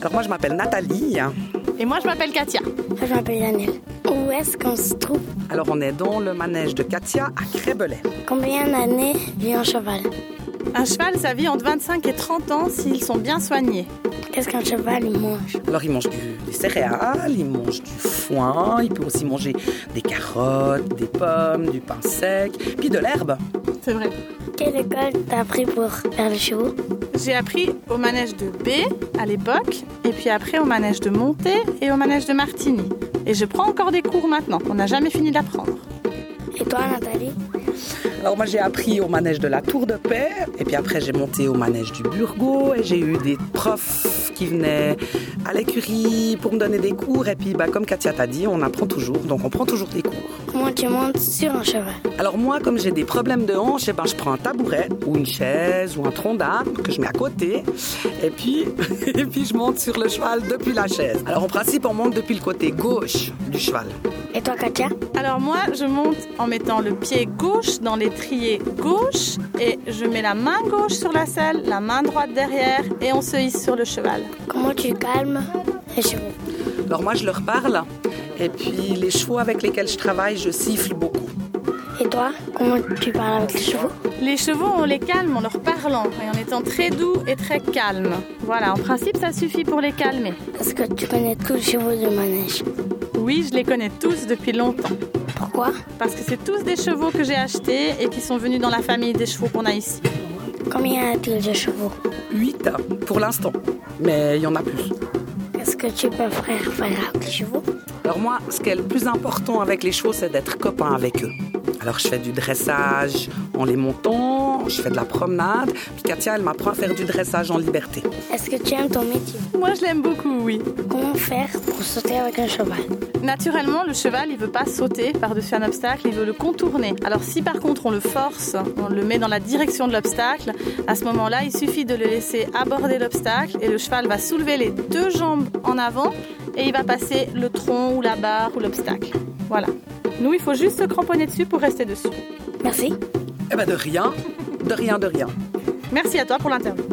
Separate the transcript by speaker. Speaker 1: Alors moi je m'appelle Nathalie.
Speaker 2: Et moi, je m'appelle Katia.
Speaker 3: Je m'appelle Daniel. Où est-ce qu'on se trouve
Speaker 1: Alors on est dans le manège de Katia à Crébelais.
Speaker 3: Combien d'années vit un cheval
Speaker 2: Un cheval, ça vit entre 25 et 30 ans s'ils sont bien soignés.
Speaker 3: Qu'est-ce qu'un cheval mange
Speaker 1: Alors il mange du, des céréales, il mange du foin, il peut aussi manger des carottes, des pommes, du pain sec, puis de l'herbe.
Speaker 2: C'est vrai.
Speaker 3: Quelle école t'as pris pour faire les chevaux
Speaker 2: J'ai appris au manège de B à l'époque, et puis après au manège de Monté et au manège de Martigny. Et je prends encore des cours maintenant, on n'a jamais fini d'apprendre.
Speaker 3: Et toi, Nathalie
Speaker 1: Alors moi j'ai appris au manège de la Tour de Paix, et puis après j'ai monté au manège du Burgo, et j'ai eu des profs qui venaient à l'écurie pour me donner des cours, et puis bah, comme Katia t'a dit, on apprend toujours, donc on prend toujours des cours.
Speaker 3: Comment tu montes sur un cheval
Speaker 1: Alors moi, comme j'ai des problèmes de hanche, eh ben, je prends un tabouret ou une chaise ou un tronc d'arbre que je mets à côté et puis, et puis je monte sur le cheval depuis la chaise. Alors en principe, on monte depuis le côté gauche du cheval.
Speaker 3: Et toi, Katia
Speaker 2: Alors moi, je monte en mettant le pied gauche dans l'étrier gauche, et je mets la main gauche sur la selle, la main droite derrière, et on se hisse sur le cheval.
Speaker 3: Comment tu calmes les chevaux
Speaker 1: Alors moi, je leur parle et puis les chevaux avec lesquels je travaille, je siffle beaucoup.
Speaker 3: Et toi, comment tu parles avec les chevaux
Speaker 2: Les chevaux, on les calme en leur parlant, et en étant très doux et très calme. Voilà, en principe, ça suffit pour les calmer.
Speaker 3: Est-ce que tu connais tous les chevaux de manège
Speaker 2: Oui, je les connais tous depuis longtemps,
Speaker 3: Pourquoi
Speaker 2: parce que c'est tous des chevaux que j'ai achetés et qui sont venus dans la famille des chevaux qu'on a ici.
Speaker 3: Combien a-t-il de chevaux
Speaker 1: 8 pour l'instant, mais il y en a plus.
Speaker 3: Est-ce que tu peux faire faire avec les chevaux
Speaker 1: Alors moi, ce qui est le plus important avec les chevaux, c'est d'être copain avec eux. Alors je fais du dressage en les montant, je fais de la promenade, puis Katia, elle m'apprend à faire du dressage en liberté.
Speaker 3: Est-ce que tu aimes ton métier
Speaker 2: Moi, je l'aime beaucoup, oui.
Speaker 3: Comment faire pour sauter avec un cheval
Speaker 2: Naturellement, le cheval, il veut pas sauter par-dessus un obstacle, il veut le contourner. Alors si par contre on le force, on le met dans la direction de l'obstacle, à ce moment-là, il suffit de le laisser aborder l'obstacle et le cheval va soulever les deux jambes en avant et il va passer le tronc ou la barre ou l'obstacle. Voilà. Nous, il faut juste se cramponner dessus pour rester dessus.
Speaker 3: Merci.
Speaker 1: Eh ben de rien, de rien, de rien.
Speaker 2: Merci à toi pour l'interview.